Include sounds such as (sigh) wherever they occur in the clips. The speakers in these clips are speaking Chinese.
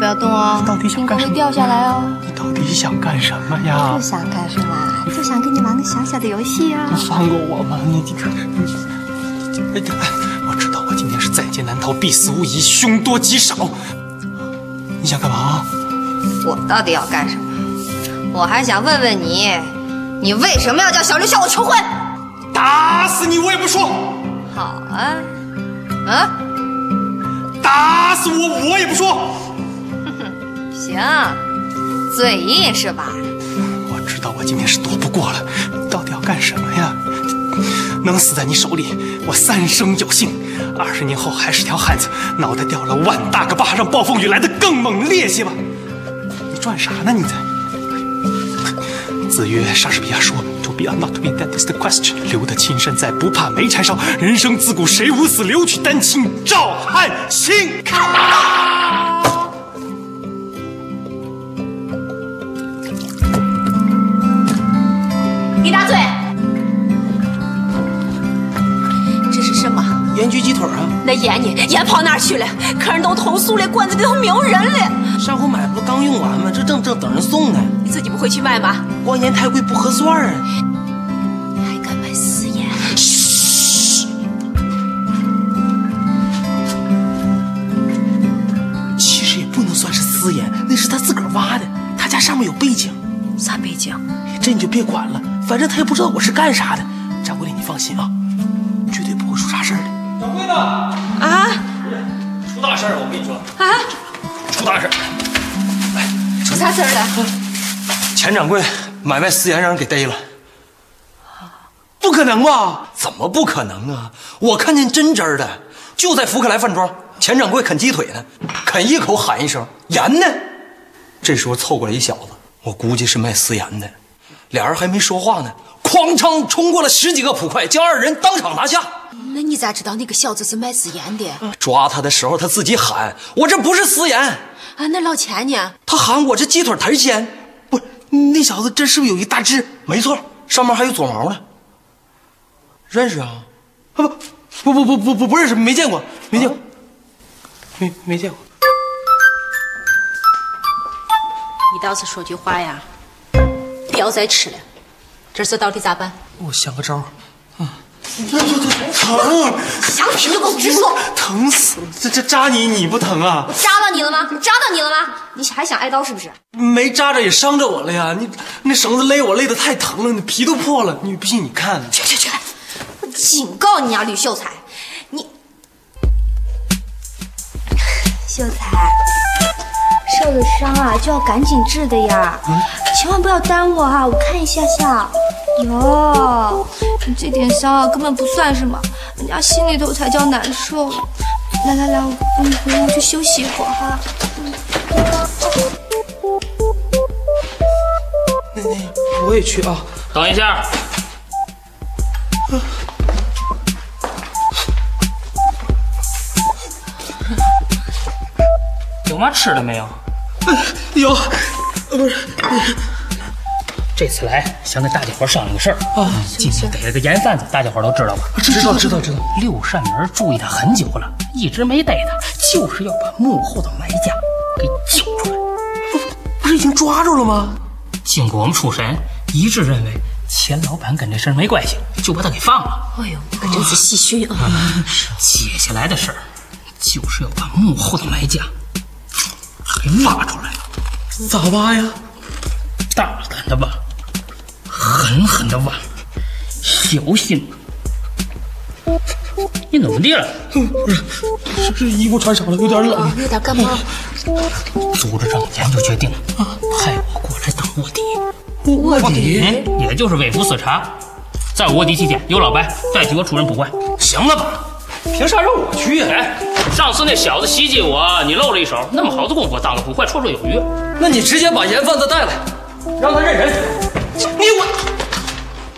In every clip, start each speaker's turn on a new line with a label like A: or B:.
A: 要动哦，
B: 到底想干什么？
A: 会掉下来哦。
B: 你到底想干什么呀
A: 不？想干什么，就想跟你玩个小小的游戏啊。
B: 放过我吧，你这……哎，我知道我今天是在劫难逃，必死无疑，凶多吉少。你想干嘛啊？
C: 我到底要干什么？我还想问问你，你为什么要叫小刘向我求婚？
B: 打死你我也不说，
C: 好啊，啊，
B: 打死我我也不说。
C: 行，嘴硬是吧？
B: 我知道我今天是躲不过了，到底要干什么呀？能死在你手里，我三生有幸；二十年后还是条汉子，脑袋掉了万大个疤，让暴风雨来得更猛烈些吧。你转啥呢？你在？子曰：“莎士比亚说，To be or not to be, that is the question。留得青山在，不怕没柴烧。人生自古谁无死，留取丹青照汗青。”
D: 李大嘴，这是什么？
E: 盐焗鸡腿啊，
D: 那盐呢？盐跑哪儿去了？客人都投诉了，馆子里都没有人了。
E: 上回买不刚用完吗？这正正等人送呢。
D: 你自己不会去卖吗？哎
E: 光盐太贵不合算儿啊。
D: 还敢买私盐？
E: 其实也不能算是私盐，那是他自个儿挖的，他家上面有背景。
D: 啥背景？
E: 这你就别管了，反正他也不知道我是干啥的。掌柜的，你放心啊，绝对不会出啥事儿的。
B: 掌柜的，
D: 啊
B: 出大事儿！我跟你说，
D: 啊！
B: 出大事儿！
D: 出啥事儿了？
F: 钱掌柜买卖私盐让人给逮了，
E: 不可能吧？
F: 怎么不可能啊？我看见真真儿的，就在福克莱饭庄，钱掌柜啃鸡腿呢，啃一口喊一声盐呢。这时候凑过来一小子，我估计是卖私盐的，俩人还没说话呢，哐当冲过了十几个捕快，将二人当场拿下。
D: 那你咋知道那个小子是卖私盐的？
E: 嗯
F: 抓他的时候他自己喊：“我这不是私盐。
D: 啊，那老钱呢？”
F: 他喊：“我这鸡腿台鲜。”
E: 不是，那小子这是不是有一大只？
F: 没错，上面还有左毛呢。认识啊？
E: 啊不，不不不不不不认识，没见过，没见过，
F: 啊
E: 没没见过。
D: 你倒是说句话呀！不要再吃了，这事到底咋办？
E: 我想个招儿，
C: 想你就给我直说，
E: 疼死了！这这扎你你不疼啊？
C: 扎到你了吗？扎到你了吗？你还想挨刀是不是？
E: 没扎着也伤着我了呀！你那绳子勒我勒得太疼了，你皮都破了。你不信你看，
C: 去去去！我警告你啊，吕秀才，你
A: 秀才，受了伤啊，就要赶紧治的呀，千万不要耽误啊！我看一下下。哟，你这点伤啊，根本不算什么，人家心里头才叫难受。来来来，我帮你回屋去休息一会儿哈、
E: 那那我也去啊。
G: 等一下，有嘛吃的没有？
E: 有，呃不是
G: 这次来想跟大家伙儿商量个事儿啊。进去逮了个盐贩子，大家伙儿都知道吧？
E: 啊知道知道知道。
G: 六扇门注意他很久了，一直没逮他，就是要把幕后的买家给揪出来。
E: 不是已经抓住了吗？
G: 经过我们出审，一致认为钱老板跟这事儿没关系，就把他给放了。
D: 哎呦，可真是唏嘘啊！
G: 接下来的事儿，就是要把幕后的买家给挖出来，
E: 咋挖呀？
G: 大胆的挖，狠狠的挖，小心。你怎么地了？
E: 是不是衣服穿少了，有点冷。啊
D: 有点感冒。
G: 组织证研就决定了，派我过来当卧底。
E: 啊卧底？
G: 嗯，也就是为服私查。在我卧底期间，有老白带几个出人捕快，行了吧？
F: 凭啥让我去呀、
G: 哎，上次那小子袭击我，你露了一手，那么好的功夫当了捕快，绰绰有余。
F: 那你直接把盐贩子带来，让他认人。
E: 你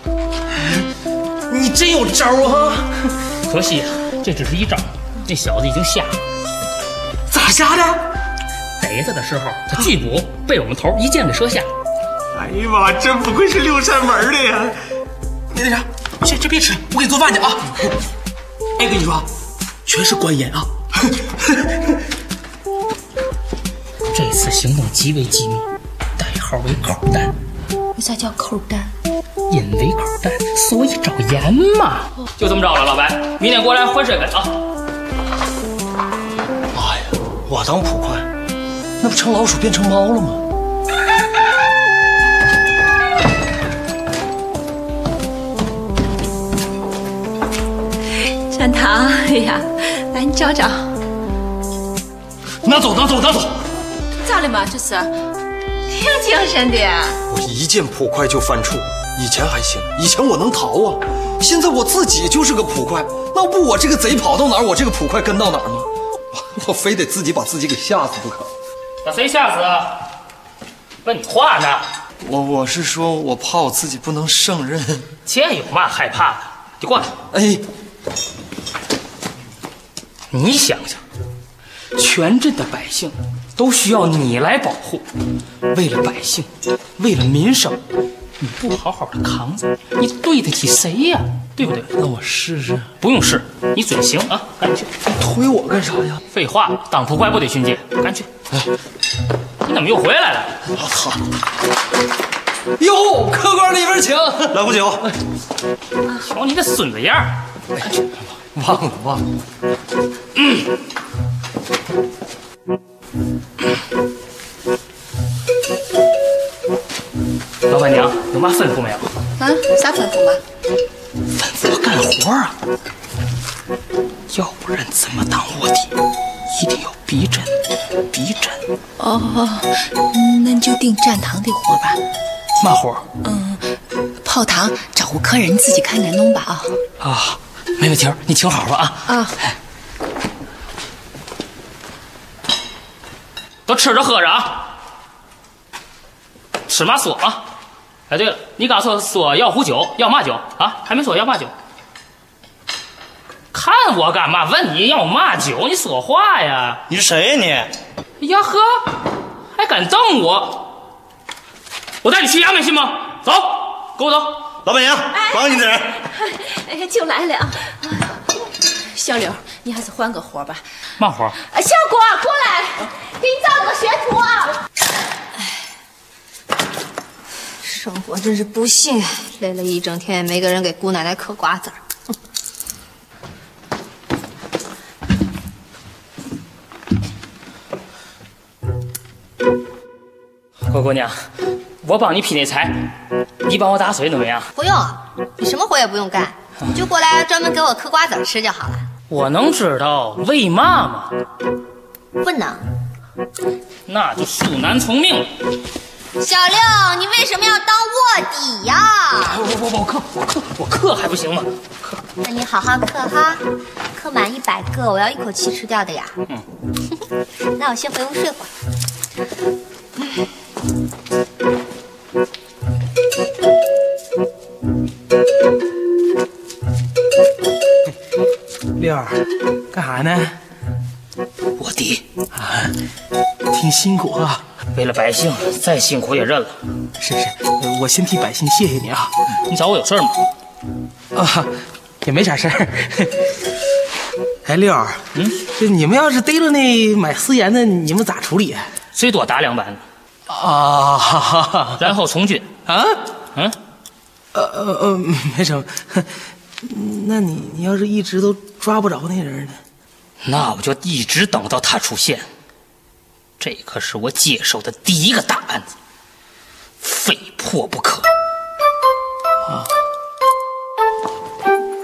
E: 我，你真有招啊！
G: 可惜啊，这只是一招，那小子已经瞎了。
E: 咋下的？
G: 逮他的时候，他拒捕，被我们头一箭给射下。
E: 哎呀妈，真不愧是六扇门的呀！你那啥，这这别吃，我给你做饭去啊！哎，跟你说啊，全是官盐啊！
G: 这
H: 这次行动极为机密，代号为口蛋。
D: 为啥叫扣蛋？
H: 因为口蛋，所以找盐嘛。
G: 就这么着了，老白，明天过来换水粉啊。
F: 妈呀，我当捕快，那不成老鼠变成猫了吗？
A: 善堂，哎呀，来你找找，
F: 拿走，拿走，拿走！
A: 咋了嘛？这
D: 啊
A: 是
C: 挺精神的。
F: 我一见捕快就犯怵，以前还行，以前我能逃啊，现在我自己就是个捕快，要不我这个贼跑到哪儿，我这个捕快跟到哪儿吗？ (laughs) 我我非得自己把自己给吓死不可。
G: 把谁吓死啊？问你话呢，
F: 我我是说，我怕我自己不能胜任。
G: 这有嘛害怕的？你过来，
F: 哎，
G: 你想想，全镇的百姓都需要你来保护，为了百姓，为了民生，你不好好的扛着，你对得起谁呀、对不对？
H: 那我试啊试。
G: 不用试，你准行啊！赶紧去。
F: 推我干啥呀？
G: 废话，当捕快不得训诫？赶紧去。
H: 哎
G: 你怎么又回来了？
F: 我操！哟，客官里边请，来壶酒。
G: 瞧你这损子样儿！
F: 忘了忘了，
G: 老板娘，有嘛吩咐没有？
C: 嗯，啥吩咐嘛？
H: 我干活啊，要不然怎么当卧底？一定要逼真，逼真。
A: 嗯
I: 那你就订站堂的活吧。
H: 嘛活儿
I: 泡糖找户客人自己看着弄吧啊。
H: 啊？没问题儿，你请好了啊。
G: 都吃着喝着啊，吃嘛说啊！哎，对了，你刚说说要壶酒，要嘛酒啊？还没说要嘛酒。看我干嘛？问你要嘛酒？你说话呀！
J: 你是谁呀、
G: 哎呀呵，还敢瞪我！我带你去衙门信吗？走，跟我走。
J: 你？老板娘，帮你点人。
A: 哎呀，就来了啊！小柳，你还是换个活吧。
G: 嘛活？
A: 哎，小果，过来，给你找个学徒啊！
C: 生活真是不幸啊，累了一整天也没个人给姑奶奶嗑瓜子儿。
G: 郭姑娘，我帮你劈那柴，你帮我打水怎么样？
C: 不用，啊你什么活也不用干，你就过
A: 嗯
C: 来啊专门给我嗑瓜子儿吃就好了。
G: 我能知道为嘛吗？
C: 不能，
G: 那就恕难从命了。
C: 小六，你为什么要当卧底呀、
G: 我我我我克我克我克还不行吗？
C: 那你好好嗑哈，嗑满一百个，我要一口气吃掉的呀。 (laughs) 那我先回屋睡会儿。
H: 六儿，干啥呢？卧底，
B: 挺辛苦啊。
G: 为了百姓，再辛苦也认了。
B: 是是，呃我先替百姓谢谢你啊。
G: 你找我有事儿吗？
B: 啊，也没啥事儿。 (laughs) 哎，六儿，嗯，这你们要是逮着那买私盐的，你们咋处理？
G: 最多打两板子，
B: 啊，哈哈哈
G: 然后从军。
B: 啊，
G: 嗯，
B: 呃呃呃，没什么。 (laughs) 那你你要是一直都抓不着那人呢？
G: 那我就一直等到他出现。这可是我接手的第一个大案子，非破不可。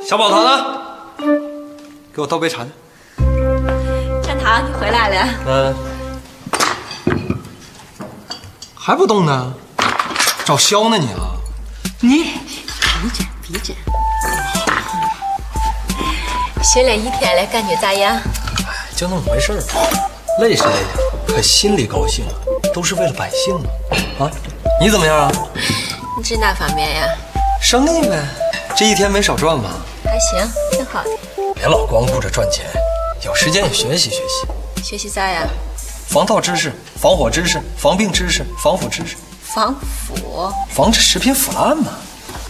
F: 小宝糖呢？给我倒杯茶去。
A: 善堂，你回来了，
F: 嗯，还不动呢？找削呢你啊？
A: 训练一天了，感觉咋样？
F: 就那么回事儿，累是累点，可心里高兴啊，都是为了百姓啊。啊，你怎么样啊？
A: 你指哪方面呀？
F: 生意呗，这一天没少赚吧？
A: 还行，挺好的。
F: 别老光顾着赚钱，有时间也学习学习，
A: 学习啥呀？
F: 防盗知识、防火知识、防病知识、防腐知识，
A: 防腐。
F: 防止食品腐烂嘛。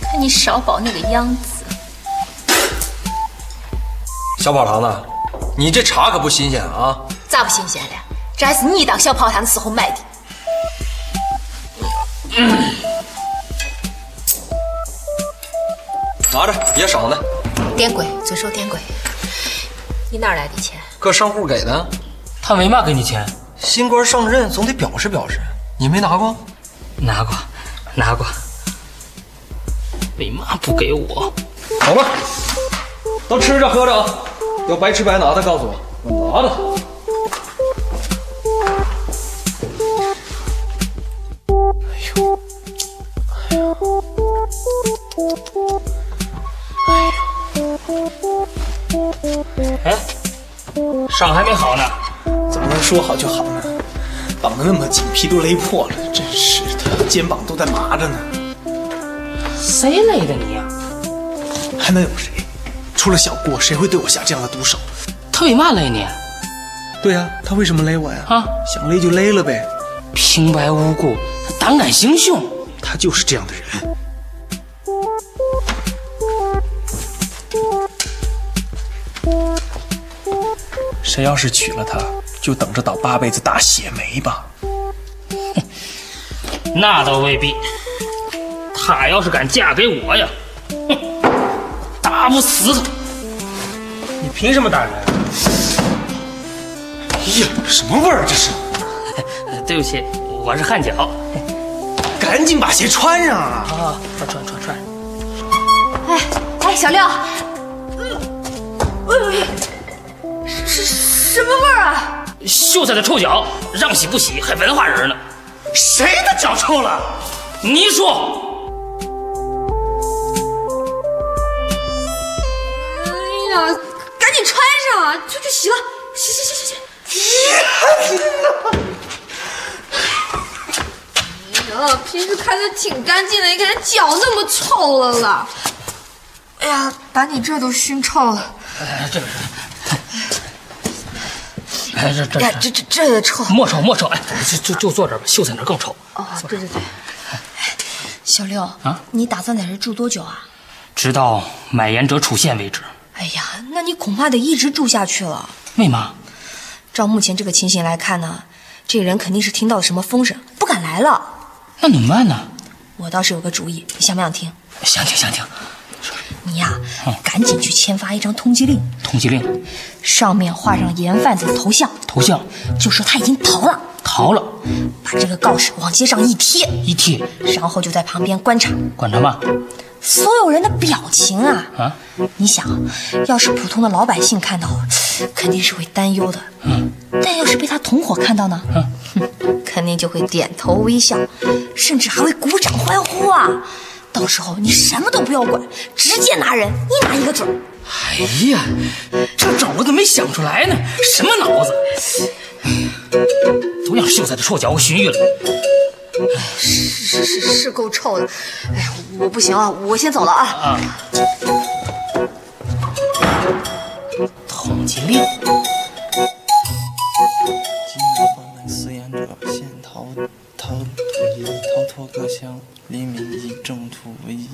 A: 看你少保那个样子，
F: 小宝堂子，你这茶可不新鲜啊！
A: 咋不新鲜了？这还是你当小炮弹的时候买的。
F: 拿着，别省了，
A: 点鬼，遵守点鬼。你哪儿来的钱？
F: 搁上户给的。
G: 他没嘛给你钱？
F: 新官上任总得表示表示，你没拿过？
G: 拿过，拿过。为嘛不给我？
F: 好了，都吃着喝着啊，要白吃白拿的，告诉我，我拿的。
G: 哎，伤还没好呢，
B: 怎么能说好就好呢？绑得那么紧，皮都勒破了，真是的，肩膀都在麻着呢。
G: 谁勒的你呀、啊
B: 还能有谁？除了小郭，谁会对我下这样的毒手？
G: 他为嘛勒你？
B: 对呀、他为什么勒我呀？
G: 啊，
B: 想勒就勒了呗。
G: 平白无故，他胆敢行凶，
B: 他就是这样的人。谁要是娶了她，就等着倒八辈子大血霉吧。
G: 那倒未必。她要是敢嫁给我呀，哼，打不死她。
B: 你凭什么打人？哎呀，什么味儿这是？
G: 呃对不起，我是汗脚。
B: 赶紧把鞋穿上啊！
G: 啊，穿穿穿穿。
D: 哎哎，小廖，
G: 哎
D: 嗯，哎呦，是什么味儿啊？
G: 秀才的臭脚，让洗不洗，还文化人呢。
B: 谁的脚臭了？
G: 你说，
D: 哎呀，赶紧穿上啊！去去洗了，洗洗洗洗洗。天哪！哎呀，平时看着挺干净的，你看人脚那么臭了啦！哎呀，把你这都熏臭了，
G: 哎，这个，哎，这这
D: 哎呀，这这这也臭。
G: 莫愁莫愁，哎，就就就坐这儿吧，秀才那儿更臭。
D: 哦，对对对。哎小六
G: 啊，
D: 你打算在这住多久啊？
G: 直到买盐者出现为止。
D: 哎呀，那你恐怕得一直住下去了。
G: 为嘛？
D: 照目前这个情形来看呢，这人肯定是听到了什么风声，不敢来了。
G: 那怎么办呢？
D: 我倒是有个主意，你想不想听？
G: 想听想听，
D: 你呀、赶紧去签发一张通缉令，
G: 通缉令，
D: 上面画上严贩子的头像，
G: 头像
D: 就说他已经逃了，
G: 逃了，
D: 把这个告示往街上一贴，
G: 一替
D: 然后就在旁边观察
G: 管他嘛
D: 所有人的表情啊。
G: 啊！
D: 你想，要是普通的老百姓看到了，肯定是会担忧的。
G: 嗯，
D: 但要是被他同伙看到呢，哼， (laughs) 肯定就会点头微笑，甚至还会鼓掌欢呼啊！到时候你什么都不要管，直接拿人，一拿一个准儿。
G: 哎呀，这招我怎么没想出来呢？什么脑子？都让秀才的臭脚给熏晕了。
D: 是是是够臭的，哎呀，我不行啊，我先走了啊。
G: 啊！统计令，
H: 今日方能思言者，现逃逃离逃脱各乡，黎民以正途为宜，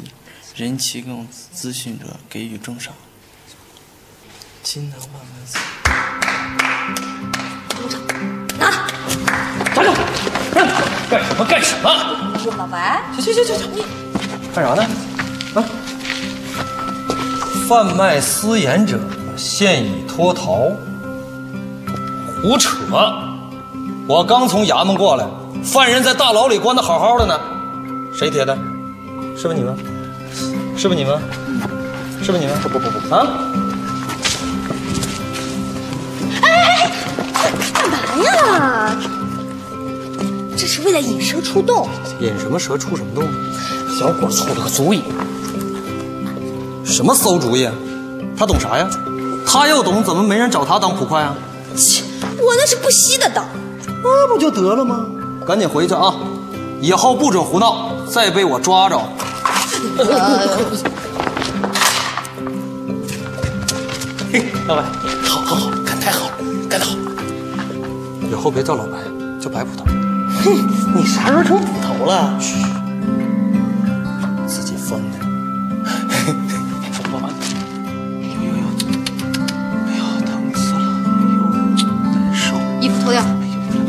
H: 人其更咨询者，给予重赏。今能万能思。
G: 站住！干什么干什么？
D: 老白，
F: 行行行行，你干啥呢？啊！贩卖私盐者，现已脱逃。胡扯！我刚从衙门过来，犯人在大牢里关的好好的呢。谁贴的？是不是你们？是不是你们？是不是你们？不不不不啊！
D: 哎呀，这是为了引蛇出洞。
F: 引什么蛇出什么洞？
G: 小伙出了个主意，
F: 什么馊主意？啊他懂啥呀？他要懂，怎么没人找他当捕快啊？
D: 我那是不惜的刀。
F: 那不就得了吗？赶紧回去啊！以后不准胡闹，再被我抓着。嘿，老白，好好好，干太好了，干得好！以后别叫老白，叫白葡萄。
H: 你啥时候成捕头了？自己疯的。
D: 衣服脱掉。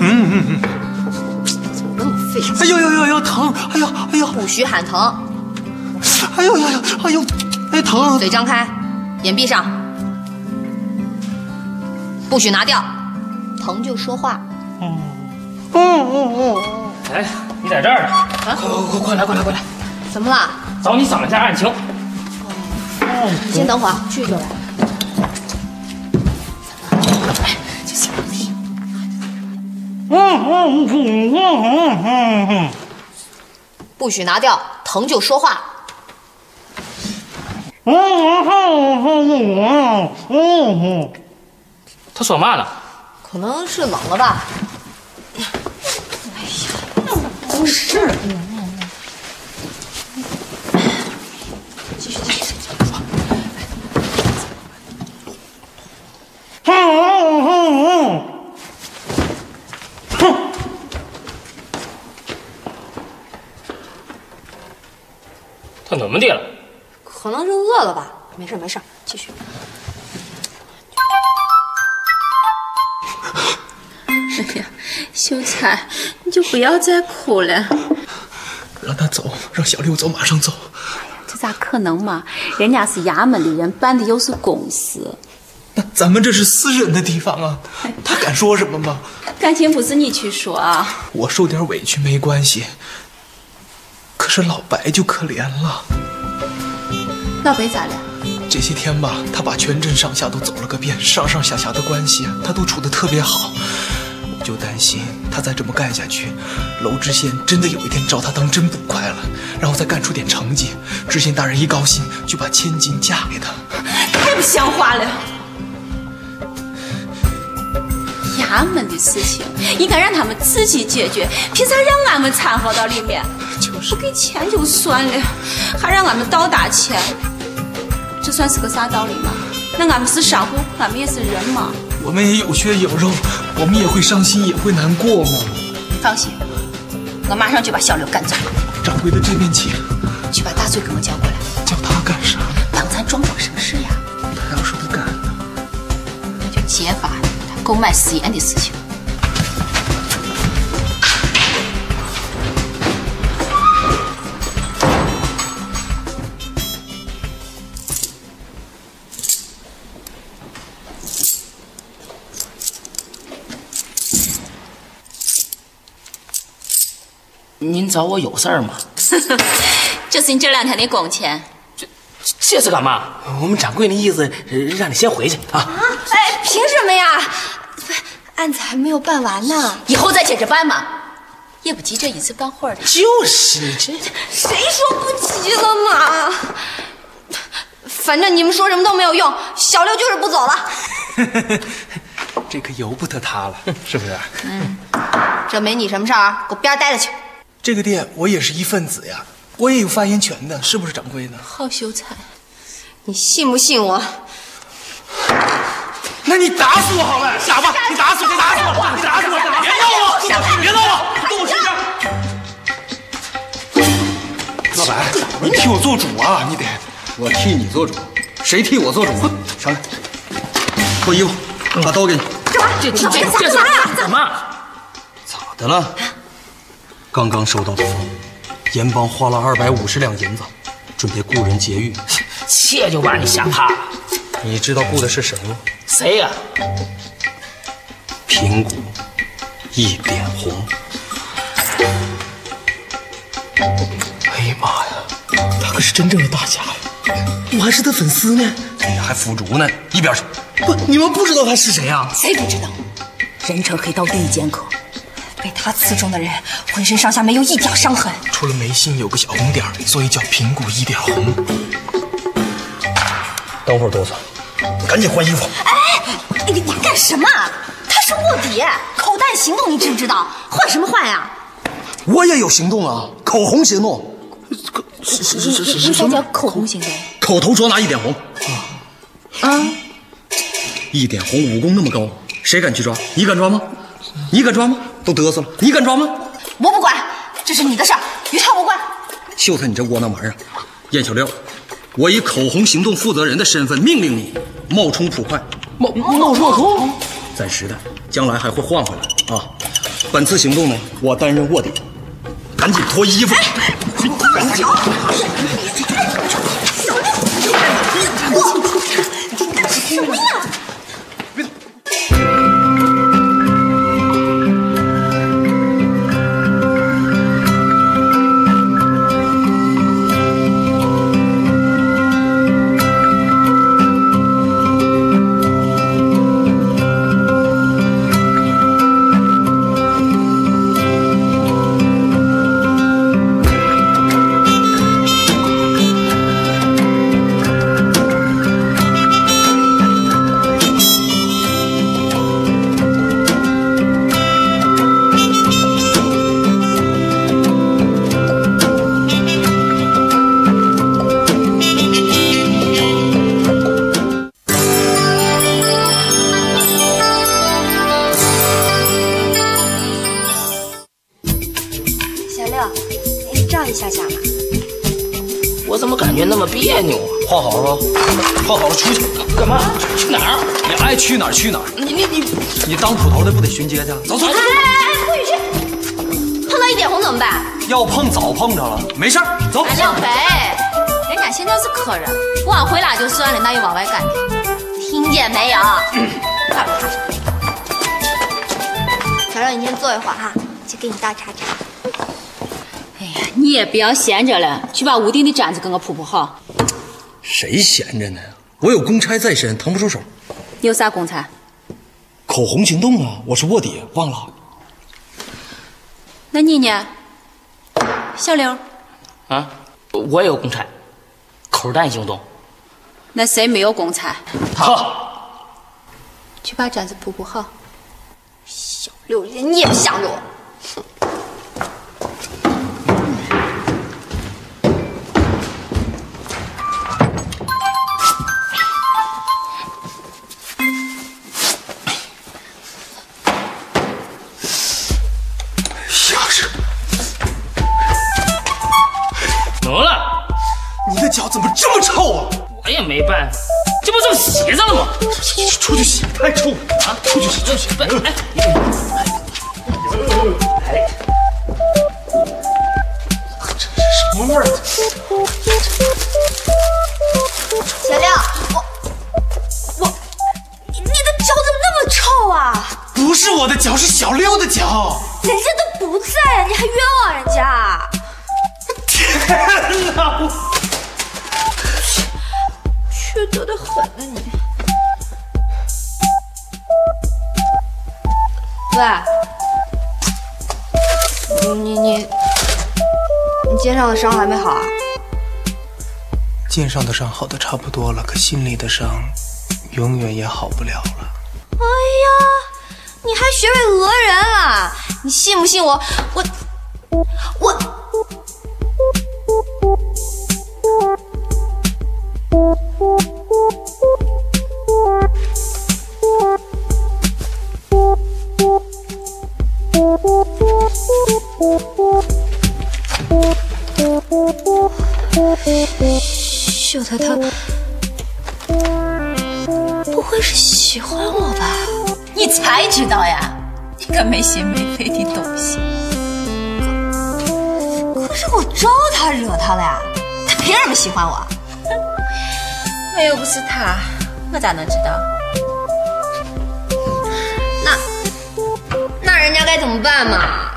H: 哎呦，
K: 嗯嗯嗯，
C: 怎么那么费劲？
K: 哎呦呦呦呦，疼！哎呦哎呦，
C: 嗯不许喊疼！
K: 哎呦呦呦，哎呦，哎疼！
C: 嘴张开，眼闭上，不许拿掉，疼就说话。
K: 哦哦哦，
G: 哎，你在这儿呢，快快快快来快来快来，
C: 怎么了？
G: 找你讲一下案情。
C: 你先等会儿，去就来。不许拿掉，疼就说话。
G: 他说嘛呢？
C: 可能是冷了吧。哎呀，不是，
G: 他怎么的了？
C: 可能是饿了吧。没事没事，继续。
L: 哎呀，秀才，你就不要再哭了。
K: 让他走，让小六走，马上走。
L: 这咋可能嘛？人家是衙门里人办的，又是公事，
K: 那咱们这是私人的地方啊，他敢说什么吗？
L: 感情不是你去说啊。
K: 我受点委屈没关系，可是老白就可怜了。
L: 老白咋了？
K: 这些天吧，他把全镇上下都走了个遍，上上下下的关系啊他都处得特别好，我就担心他再这么干下去，娄知县真的有一天找他当真捕快了，然后再干出点成绩，知县大人一高兴就把千金嫁给他。
L: 太不像话了！衙门的事情应该让他们自己解决，凭啥让俺们掺和到里面？不给钱就算了，还让俺们倒打钱，这算是个啥道理嘛？那俺们是商户，俺们也是人嘛。
K: 我们也有血有肉，我们也会伤心，也会难过嘛。
C: 放心，我马上就把小刘赶走，
K: 掌柜的这面情，
C: 去把大嘴给我叫过来，
K: 叫他干啥？
C: 帮咱装装什么事呀？
K: 他要是不干呢？
C: 那就揭
L: 哎
C: 发他购买私盐的事情。
M: 您找我有事儿吗？
L: (laughs) 这是你这两天的工钱。
M: 这是干嘛？我们掌柜的意思是让你先回去啊。
D: 哎，凭什么呀？
L: 哎
D: 不是，案子还没有办完呢，
L: 以后再接着办嘛，也不急这一次半会儿的。
M: 就是你这，
D: 谁说不急了嘛？反正你们说什么都没有用，小六就是不走了。
F: (laughs) 这可由不得他了，是不是？
C: 嗯，这没你什么事儿啊，给我边儿待着去。
F: 这个店我也是一份子呀，我也有发言权的，是不是掌柜的？
L: 好秀才，
D: 你信不信我？
C: 哎
K: 那你打死我好了，傻吧，你打死我，打死我，你打死我，打死我别闹我，别闹我，动我身边。老白，你替我做主啊，你得。
F: 我替你做主，谁替我做主？上来，嗯脱衣服，把刀给你。
G: 这
D: 这这这
G: 怎么？
F: 咋的了？刚刚收到的风，盐帮花了二百五十两银子，准备雇人劫狱。
M: 这就把你吓怕了。
F: 你知道雇的是谁吗？
M: 谁呀、
F: 平谷，一脸红。哎呀妈呀，他可是真正的大侠呀！我还是他粉丝呢。你还腐竹呢？一边去！不，你们不知道他是谁啊？
L: 谁不知道？人称黑道第一剑客，
D: 被他刺中的人，浑身上下没有一点伤痕。
K: 除了眉心有个小红点儿，所以叫平谷一点红。
F: 等会儿哆嗦，赶紧换衣服。
N: 哎，你你干什么？
C: 啊
N: 他是卧底，口袋行动，你知不知道？换什么换呀、
F: 我也有行动啊，口红行动，
L: 是是是是是，啥叫口红行动？
F: 口头着拿一点红，
L: 啊，
F: 一点红武功那么高，谁敢去抓？你敢抓吗？你敢抓吗？都嘚瑟了，你敢抓吗？
N: 我不管，这是你的事儿，与他无关。
F: 秀才，你这窝囊玩意儿！燕小六，我以口红行动负责人的身份命令你冒充捕快，
G: 冒冒充
F: 暂时的，将来还会换回来啊！本次行动呢，我担任卧底，赶紧脱衣服。赶紧。
A: 什么呀？
C: 小六，
A: 哎
C: 你照一下下嘛。
G: 我怎么感觉那么别扭啊？
F: 画好了吧？画好了出去。
G: 干嘛？去哪儿？
F: 你爱去哪儿去哪儿。
G: 你你你，
F: 你当捕头的不得巡街去？走走
L: 哎哎
F: 走。
L: 哎，哎顾宇轩，碰到一点红怎么办？
F: 要碰早碰着了，没事儿，走。
L: 哎，廖北，人家现在是客人，往回拉就算了，那又往外赶，听见没有？
A: 小六，你先坐一会儿哈，去给你倒茶茶。
L: 你也不要闲着了，去把屋顶的毡子给我铺铺好。
F: 谁闲着呢？我有公差在身，腾不出手。
L: 你有啥公差？
F: 口红行动啊，我是卧底，忘了。
L: 那你呢？小刘，
G: 啊，我也有公差，口袋行动。
L: 那谁没有公差？
G: 好，
L: 去把毡子铺铺好。
A: 六连你也不想着我。
B: 钥匙，
G: 能了，
B: 你的脚怎么这么臭啊？
G: 我也没办法，这不正洗着呢吗？
B: 出去洗，太臭了啊！出去洗，出去洗。哎
A: 什么味儿？小六，我我，你你的脚怎么那么臭啊？
B: 不是我的脚，是小六的脚。
A: 人家都不在，啊你还冤枉人家？啊
B: 天哪！
A: 缺德的很呢啊你。
C: 喂，你你你肩上的伤还没好啊？
K: 肩上的伤好的差不多了，可心里的伤永远也好不了了。
C: 哎呀，你还学会讹人啊？你信不信我？我我秀才他不会是喜欢我吧？
L: 你才知道呀，你个没心没肺的东西！
C: 可是我招他惹他了呀，
L: 他凭什么喜欢我？我又不是他，我咋能知道？
C: 那那人家该怎么办嘛？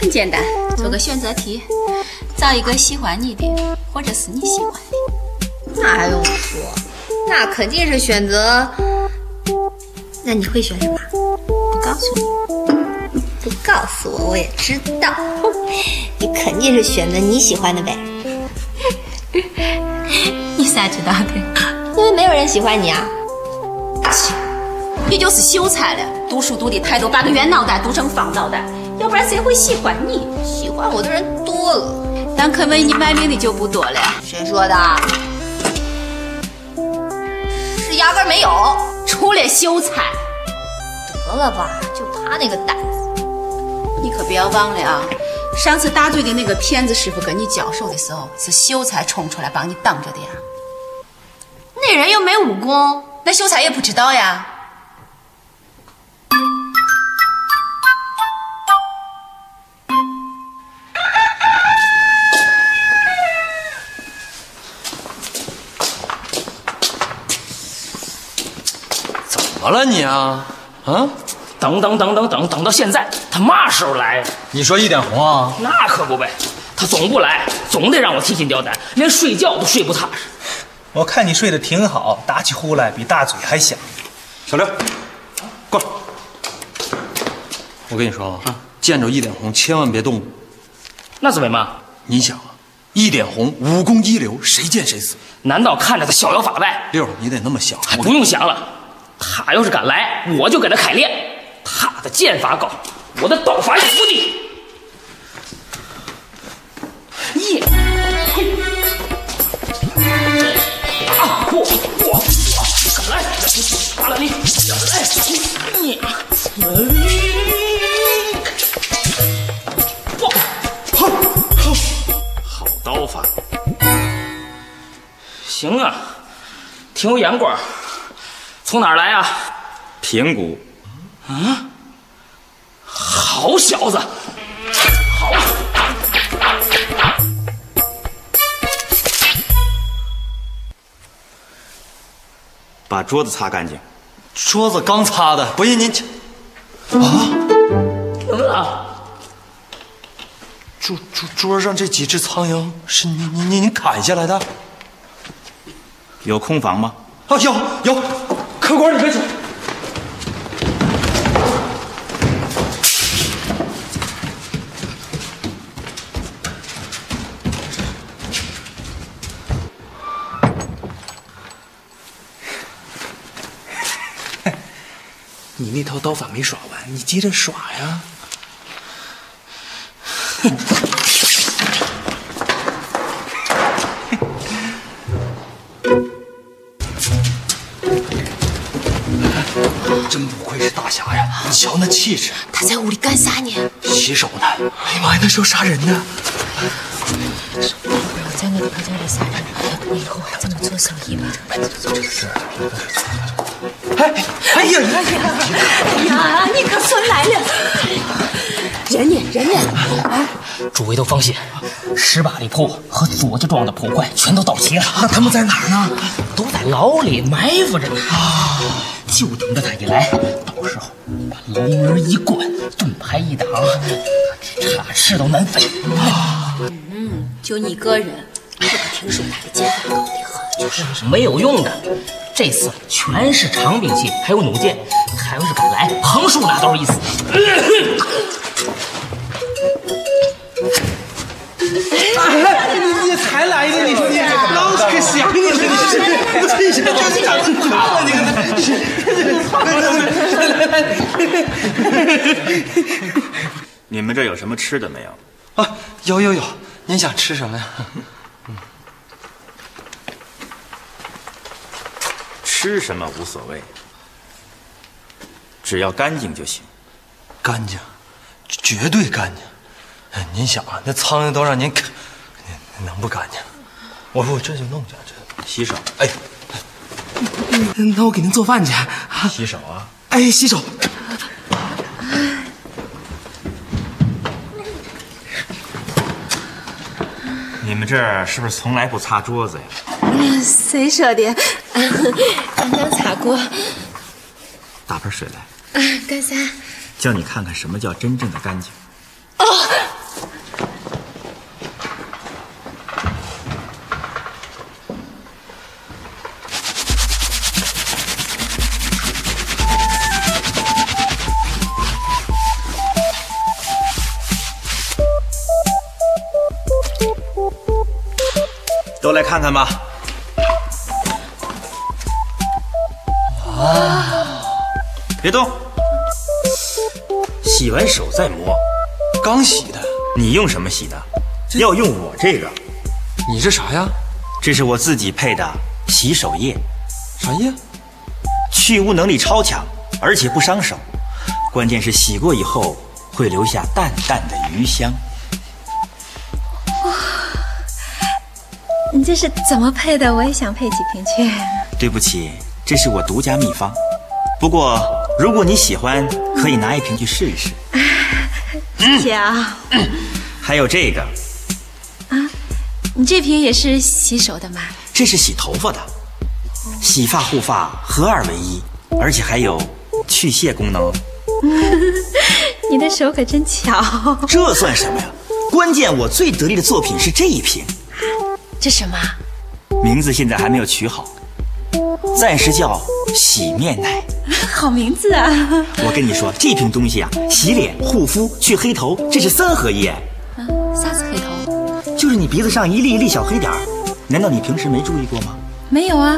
L: 很简单，做个选择题，找一个喜欢你的，或者是你喜欢的。
C: 那还用说？那肯定是选择。那你会选什么？
L: 不告诉你，
C: 不告诉我，我也知道。 (laughs) 你肯定是选择你喜欢的呗，
L: 你咋知道的？
C: 因为没有人喜欢你啊。
L: 你就是秀才了，读书读的太多，把个圆脑袋读成方脑袋，要不然谁会喜欢你？
C: 喜欢我的人多了，
L: 但肯为你卖命的就不多了。
C: 谁说的？
L: 是压根儿没有，除了秀才。
C: 得了吧，就他那个胆子。
L: 你可不要忘了啊！上次大嘴的那个骗子师傅跟你交手的时候，是秀才冲出来帮你挡着啊的呀。那人又没武功，那秀才也不知道呀。
F: 了你啊？啊？
G: 等等等等等等到现在，他嘛时候来呀？
F: 你说一点红啊？
G: 那可不呗，他总不来，总得让我提心吊胆，连睡觉都睡不踏实。
B: 我看你睡得挺好，打起呼来比大嘴还响。
F: 小刘，过来。我跟你说啊，见着一点红千万别动。
G: 那怎么嘛？
F: 你想啊，一点红武功一流，谁见谁死。
G: 难道看着他逍遥法外？
F: 六，你得那么啊想。
G: 哎不用想了，他要是敢来，我就给他凯练。他的剑法高，我的道法有地。耶！啊！我我敢来，打了你！来你！哇！好，好，好刀法。行啊，挺有眼光。从哪儿来啊？
B: 平谷，
G: 啊！好小子，好！
B: 把桌子擦干净。
F: 桌子刚擦的，不信您瞧。
G: 怎么了？
F: 桌桌桌上这几只苍蝇是您您您您砍下来的？
B: 有空房吗？
F: 啊，有有，客官你别走。
O: 你那套刀法没耍完，你接着耍呀！
F: 真不愧是大侠呀！你瞧那气质，
L: 他在屋里干啥呢？
F: 洗手呢。哎呀妈呀，那时候杀人呢！
L: 不要在我的朋友里杀人，我以后还在那做生意吧。
F: 哎呀，
D: 哎呀，你可算来了！人呢？人呢？哎，
G: 诸位都放心，十把的铺和左家庄的捕快全都到齐了，
O: 那他们在哪儿呢？
G: 都在牢里埋伏着呢，就等着他一来。到时候把牢门一关，盾牌一挡，插翅都难飞。
P: 嗯，就你个人，我可听说他的剑法高得很。
G: 就是没有用的。这次全是长兵器，还有弩箭，他要是敢来，横竖哪都是一死。
Q: 哎，你你才来呢，你说你老可想你了，你是我这是这是打不卡了，你看这来来来，
B: 你们这有什么吃的没有？
F: 啊，有有有，您想吃什么呀？
B: 吃什么无所谓，只要干净就行。
F: 干净，绝对干净。哎，您想啊，那苍蝇都让您砍，您能不干净？我说我这就弄去，这
B: 洗手。
F: 哎，
O: 嗯那我给您做饭去。
B: 洗手啊！
O: 哎，洗手。
B: 你们这儿是不是从来不擦桌子呀？
D: 谁说的？ (laughs) 刚刚擦过。啊
B: 打盆水来，
D: 干啥？
B: 叫你看看什么叫真正的干净。都来看看吧。别动，洗完手再摸。
F: 刚洗的，
B: 你用什么洗的？要用我这个。
F: 你这啥呀？
B: 这是我自己配的洗手液。
F: 啥液？
B: 去污能力超强，而且不伤手。关键是洗过以后会留下淡淡的余香。
D: 你这是怎么配的？我也想配几瓶去。
B: 对不起，这是我独家秘方。不过如果你喜欢，可以拿一瓶去试一试。嗯
D: 谢谢啊。
B: 还有这个，
D: 你这瓶也是洗手的吗？
B: 这是洗头发的，洗发护发合二为一，而且还有去屑功能哦。
R: 你的手可真巧。
B: 这算什么呀？关键我最得力的作品是这一瓶，
D: 这什么？啊
B: 名字现在还没有取好，暂时叫洗面奶。
D: 好名字啊！
B: 我跟你说，这瓶东西啊，洗脸、护肤、去黑头，这是三合一。
D: 啊，啥子黑头？
B: 就是你鼻子上一粒一粒小黑点儿，难道你平时没注意过吗？
D: 没有
L: (laughs)
D: 啊，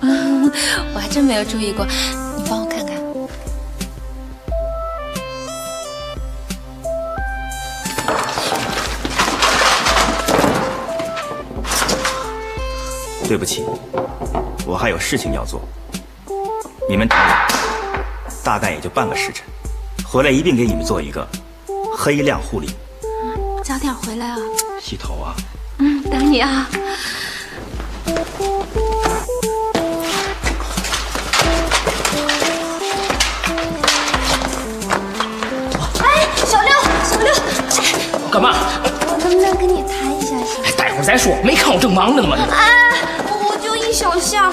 D: 嗯我还真没有注意过。你帮我看看，
B: 对不起，我还有事情要做。你们等我，大概也就半个时辰，回来一并给你们做一个黑亮护理。
L: 早点回来啊！
B: 洗头啊，
L: 嗯，等你啊。
C: 哎，小六，小六，
G: 干嘛？哎
C: 我能不能跟你谈一下下？
G: 待会儿再说，没看我正忙着呢吗？
C: 啊，我就一小下，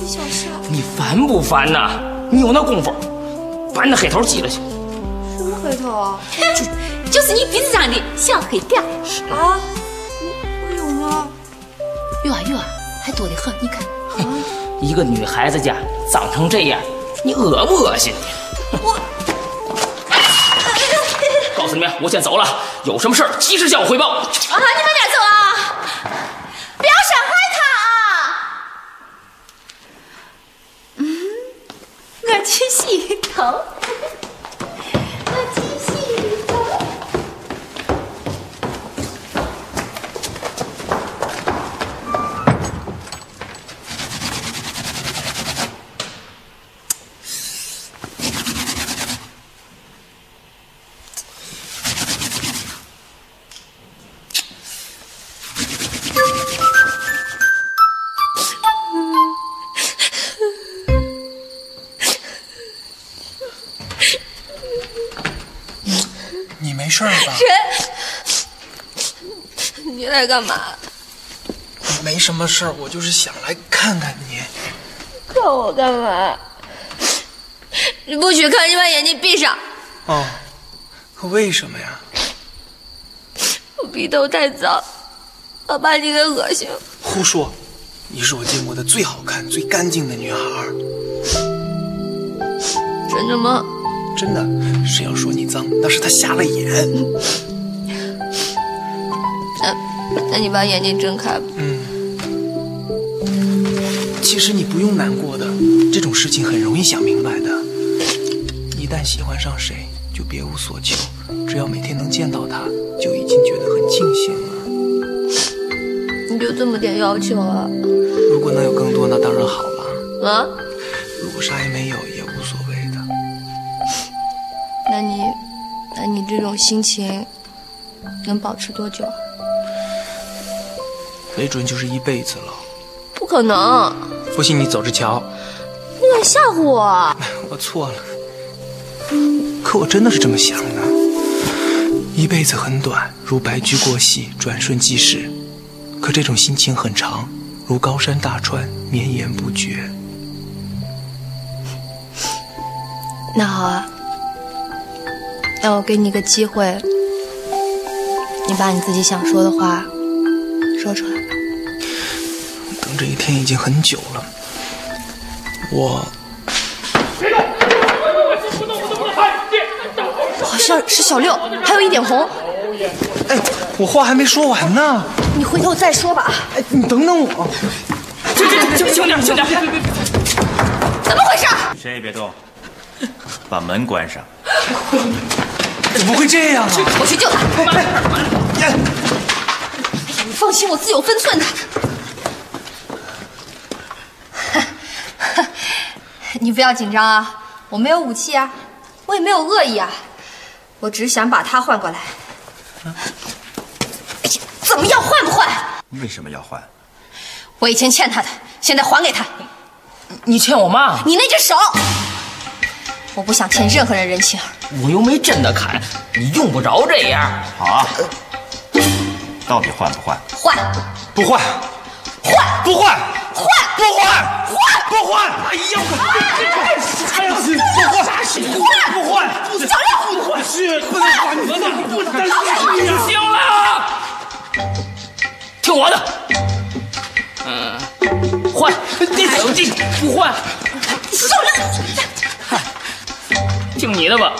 C: 一小下。
G: 你烦不烦呐、你有那功夫，把你那黑头挤了去。
C: 什么回头啊？
L: 就是你鼻子上的小黑点儿
C: 啊！我有吗？
D: 有啊有啊，还多得很。你看，
G: 一个女孩子家脏成这样，你恶不恶心？我，告诉你们，我先走了，有什么事儿及时向我汇报。 (laughs)
L: 啊，你慢点走啊！不要伤害他啊！嗯，我去洗头。我去洗头。
K: 你没事儿吧？
L: 你来干嘛？
K: 没什么事儿，我就是想来看看你。
L: 看我干嘛？你不许看，你把眼睛闭上。
K: 哦，可为什么呀？
L: 我鼻头太脏，我把你给恶心了。
K: 胡说！你是我见过的最好看、最干净的女孩儿。
L: 真的吗？
K: 真的，谁要说你脏，那是他瞎了眼。
C: 呃
L: 那你把眼睛睁开吧。
K: 其实你不用难过的，这种事情很容易想明白的。一旦喜欢上谁，就别无所求，只要每天能见到他，就已经觉得很庆幸了。
L: 你就这么点要求啊？
K: 如果能有更多，那当然好了；
L: 啊？
K: 如果啥也没有，也无所谓的。
C: 那你，那你这种心情能保持多久？
K: 没准就是一辈子了。
L: 不可能！
A: 哎
K: 不信你走着瞧。
L: 你敢吓唬我？
K: 我错了，可我真的是这么想的。一辈子很短，如白驹过隙，转瞬即逝；可这种心情很长，如高山大川，绵延不绝。
C: 那好啊，那我给你个机会，你把你自己想说的话说出来。
K: 等这一天已经很久了，我
C: 好像是小六，还有一点红。
K: 哎我话还没说完呢。
C: 你回头再说吧。
K: 哎，你等等我。
G: 这这这，轻点轻点，别别别！
L: 怎么回事？
B: 谁也别动， (laughs) 把门关上。
K: 怎么会这样啊？
L: 我去救他。你放心，我自有分寸的。 (laughs)
C: 你不要紧张啊，我没有武器啊，我也没有恶意啊，我只想把他换过来。
L: 怎么样，换不换？
B: 为什么要换？
L: 我以前欠他的，现在还给他。
G: 你欠我妈，
L: 你那只手，我不想欠任何人人情。
G: 我又没真的砍，你用不着这样。
B: 好啊，到底换不换？
L: 换，
B: 不换，换不换？换不换？换不换？换！哎呀，哎呀，不换，不换，不换，不换，是不能换，不能，不能，
G: 行了，听我的，嗯，换，你走进不换，哎听你的吧，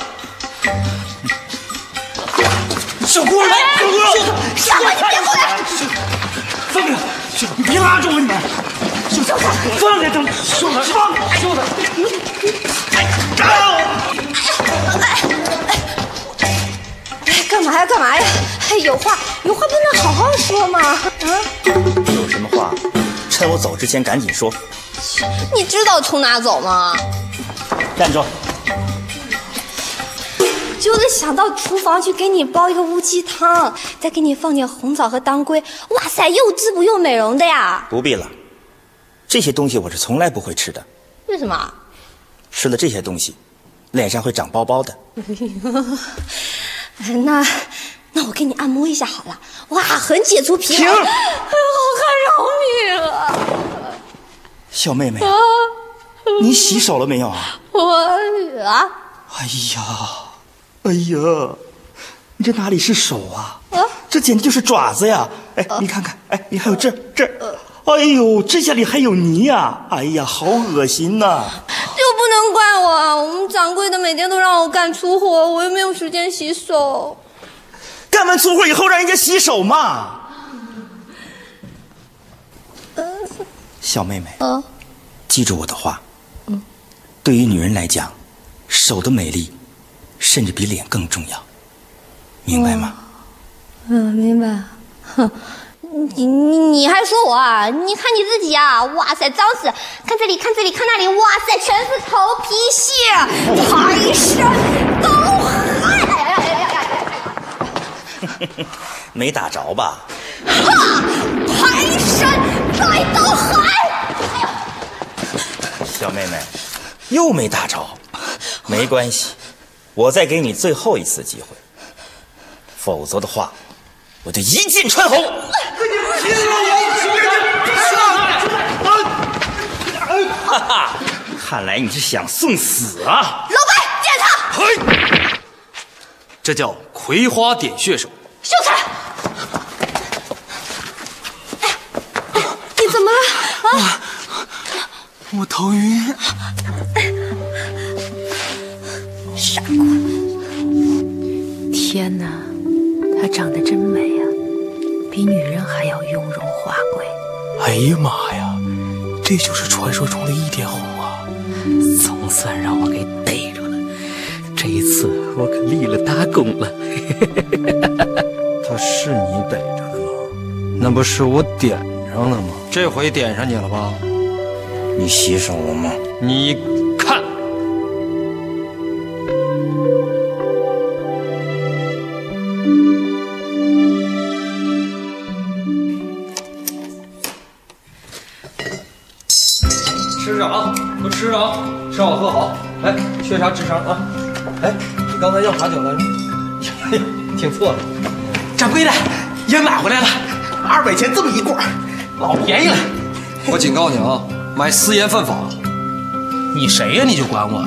B: 小姑娘，小姑娘，小姑娘，别过来，放开，你别拉着我，你们，秀才，放开他们，秀才，放哎开，秀才，
A: 干嘛呀？干嘛呀？哎，有话有话不能好好说吗？啊，
K: 有什么话，趁我走之前赶紧说。
A: 你知道从哪走吗？
K: 站住！
A: 就是想到厨房去给你煲一个乌鸡汤，再给你放点红枣和当归，哇塞，又滋补又美容的呀！
K: 不必了，这些东西我是从来不会吃的。
A: 为什么？
K: 吃了这些东西，脸上会长包包的。
A: 那那我给你按摩一下好了，哇，很解除疲劳。
K: 停
A: 哎我看着你了。
K: 小妹妹
A: 啊，
K: 你洗手了没有啊？
A: 我啊
K: 哎呀，哎呀，你这哪里是手啊？这简直就是爪子呀！哎，你看看，哎，你还有这儿这儿，哎呦，这下里还有泥呀、哎呀，好恶心呐、
A: 又不能怪我啊！我们掌柜的每天都让我干粗活，我又没有时间洗手。
K: 干完粗活以后让人家洗手嘛。小妹妹，
A: 嗯
K: 记住我的话。
A: 嗯
K: 对于女人来讲，手的美丽，甚至比脸更重要。明白吗？
A: 嗯，明白。哼，你你你还说我啊？你看你自己啊！哇塞，脏死！看这里，看这里，看那里，哇塞，全是头皮屑，排湿，都汗。哎呀哎呀哎呀哎呀！
K: 没打着吧？
A: 哈，排山再倒海。
K: 小妹妹，又没打着，没关系，我再给你最后一次机会，否则的话，我就一剑穿喉。哈哈，看来你是想送死啊！
S: 老白，见他！
F: 这叫葵花点穴手。
S: 秀才，
A: 你怎么了？啊，
T: 我头晕。
L: 傻瓜！天哪，她长得真美啊，比女人还要雍容华贵。
D: 哎呀妈呀，这就是传说中的一点红啊！总算让我给逮着了，这一次我可立了大功了。 (laughs)
F: 他是你逮着的吗？那不是我点上的吗？这回点上你了吧？
K: 你洗手了吗？
F: 你看，吃着啊，都吃着啊，吃好喝好。来，缺啥吃啥啊？哎，你刚才要啥酒来着？ (laughs) 哎呀，听错了。
T: 掌柜的，烟买回来了，二百钱这么一罐儿，老便宜了。
F: 我警告你啊，买私盐犯法。你谁呀、你就管我？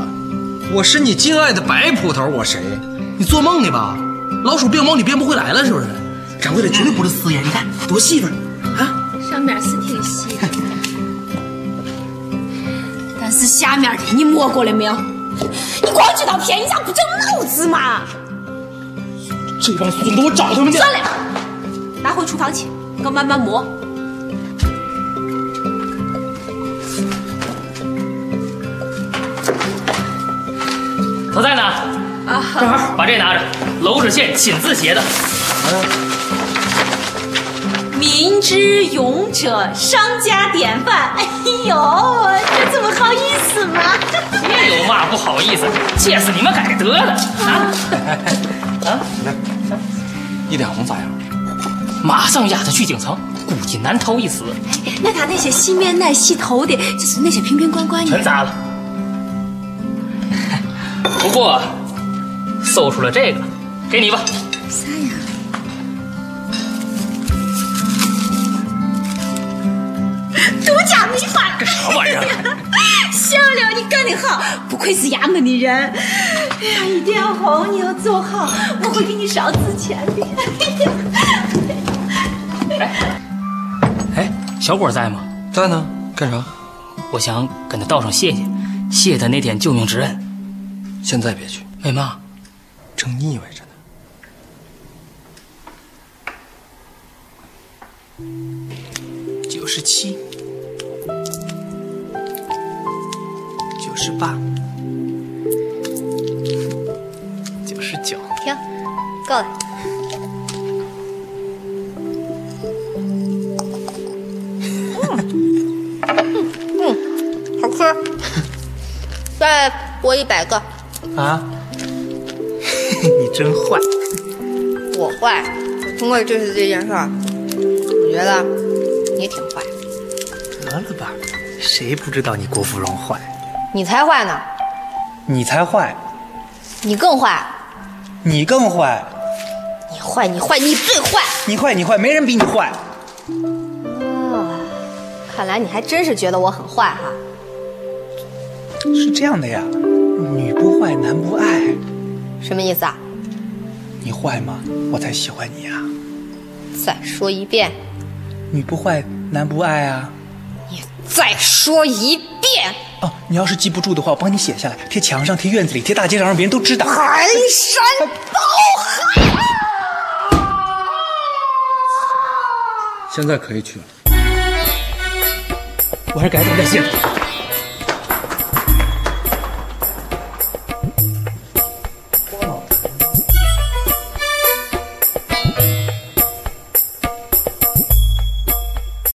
F: 我是你敬爱的白葡萄，我谁？你做梦呢吧？老鼠变猫，你变不回来了是不是？掌柜的绝对不是私盐，你看多细份。
L: 上面是挺细的，但是下面的你摸过了没有？你光知道便宜啥，不长脑子吗？
B: 这帮孙子，我找他们去！
L: 算了，拿回厨房去，我慢慢磨。
G: 头在呢？
L: 啊，
G: 正好把这拿着，娄知县亲自写的。
L: 民之勇者，商家典范。哎呦，这怎么好意思吗？
G: 这有嘛不好意思？借死你们改得了啊！
F: 一点红咋样？
G: 马上押他去警城，估计难逃一死。
L: 那他那些细面奶、细头的，就是那些瓶瓶罐罐
G: 全
L: 的，
G: 砸了。 (laughs) 不过，搜出了这个，给你吧。
L: 啥呀？
S: 独家秘方。
L: (laughs)
G: 干啥玩意儿？啊
D: 好，不愧是衙门的人。哎呀，一定要红，你要哦做好，我会给你少赐钱的。
G: (laughs) 哎，小果在吗？
F: 在呢，干啥？
G: 我想跟他道声谢谢，谢他那点救命之恩。
F: 现在别去，
G: 为嘛？
F: 正腻歪着呢。
G: 九十七，
K: 九十八，九十九，
U: 停，够了。
C: 好吃，再播一百个，
K: 啊！哦你真坏，
C: 我坏。通过这次这件事儿，我觉得你挺坏，
K: 得了吧，谁不知道你郭芙蓉坏？
C: 你才坏呢，
K: 你才坏，
C: 你更坏，
K: 你更坏，
C: 你坏，你坏，你最坏。
K: 你坏，你坏，没人比你坏。
C: 看来你还真是觉得我很坏哈、
K: 是这样的呀，女不坏，男不爱。
C: 什么意思啊？
K: 你坏吗？我才喜欢你啊！
C: 再说一遍，
K: 女不坏，男不爱啊！
C: 再说一遍，
K: 哦，你要是记不住的话，我帮你写下来，贴墙上，贴院子里，贴大街上，让别人都知道。
C: 寒山宝海。
F: 现在可以去了。
G: 我还是改天再谢他。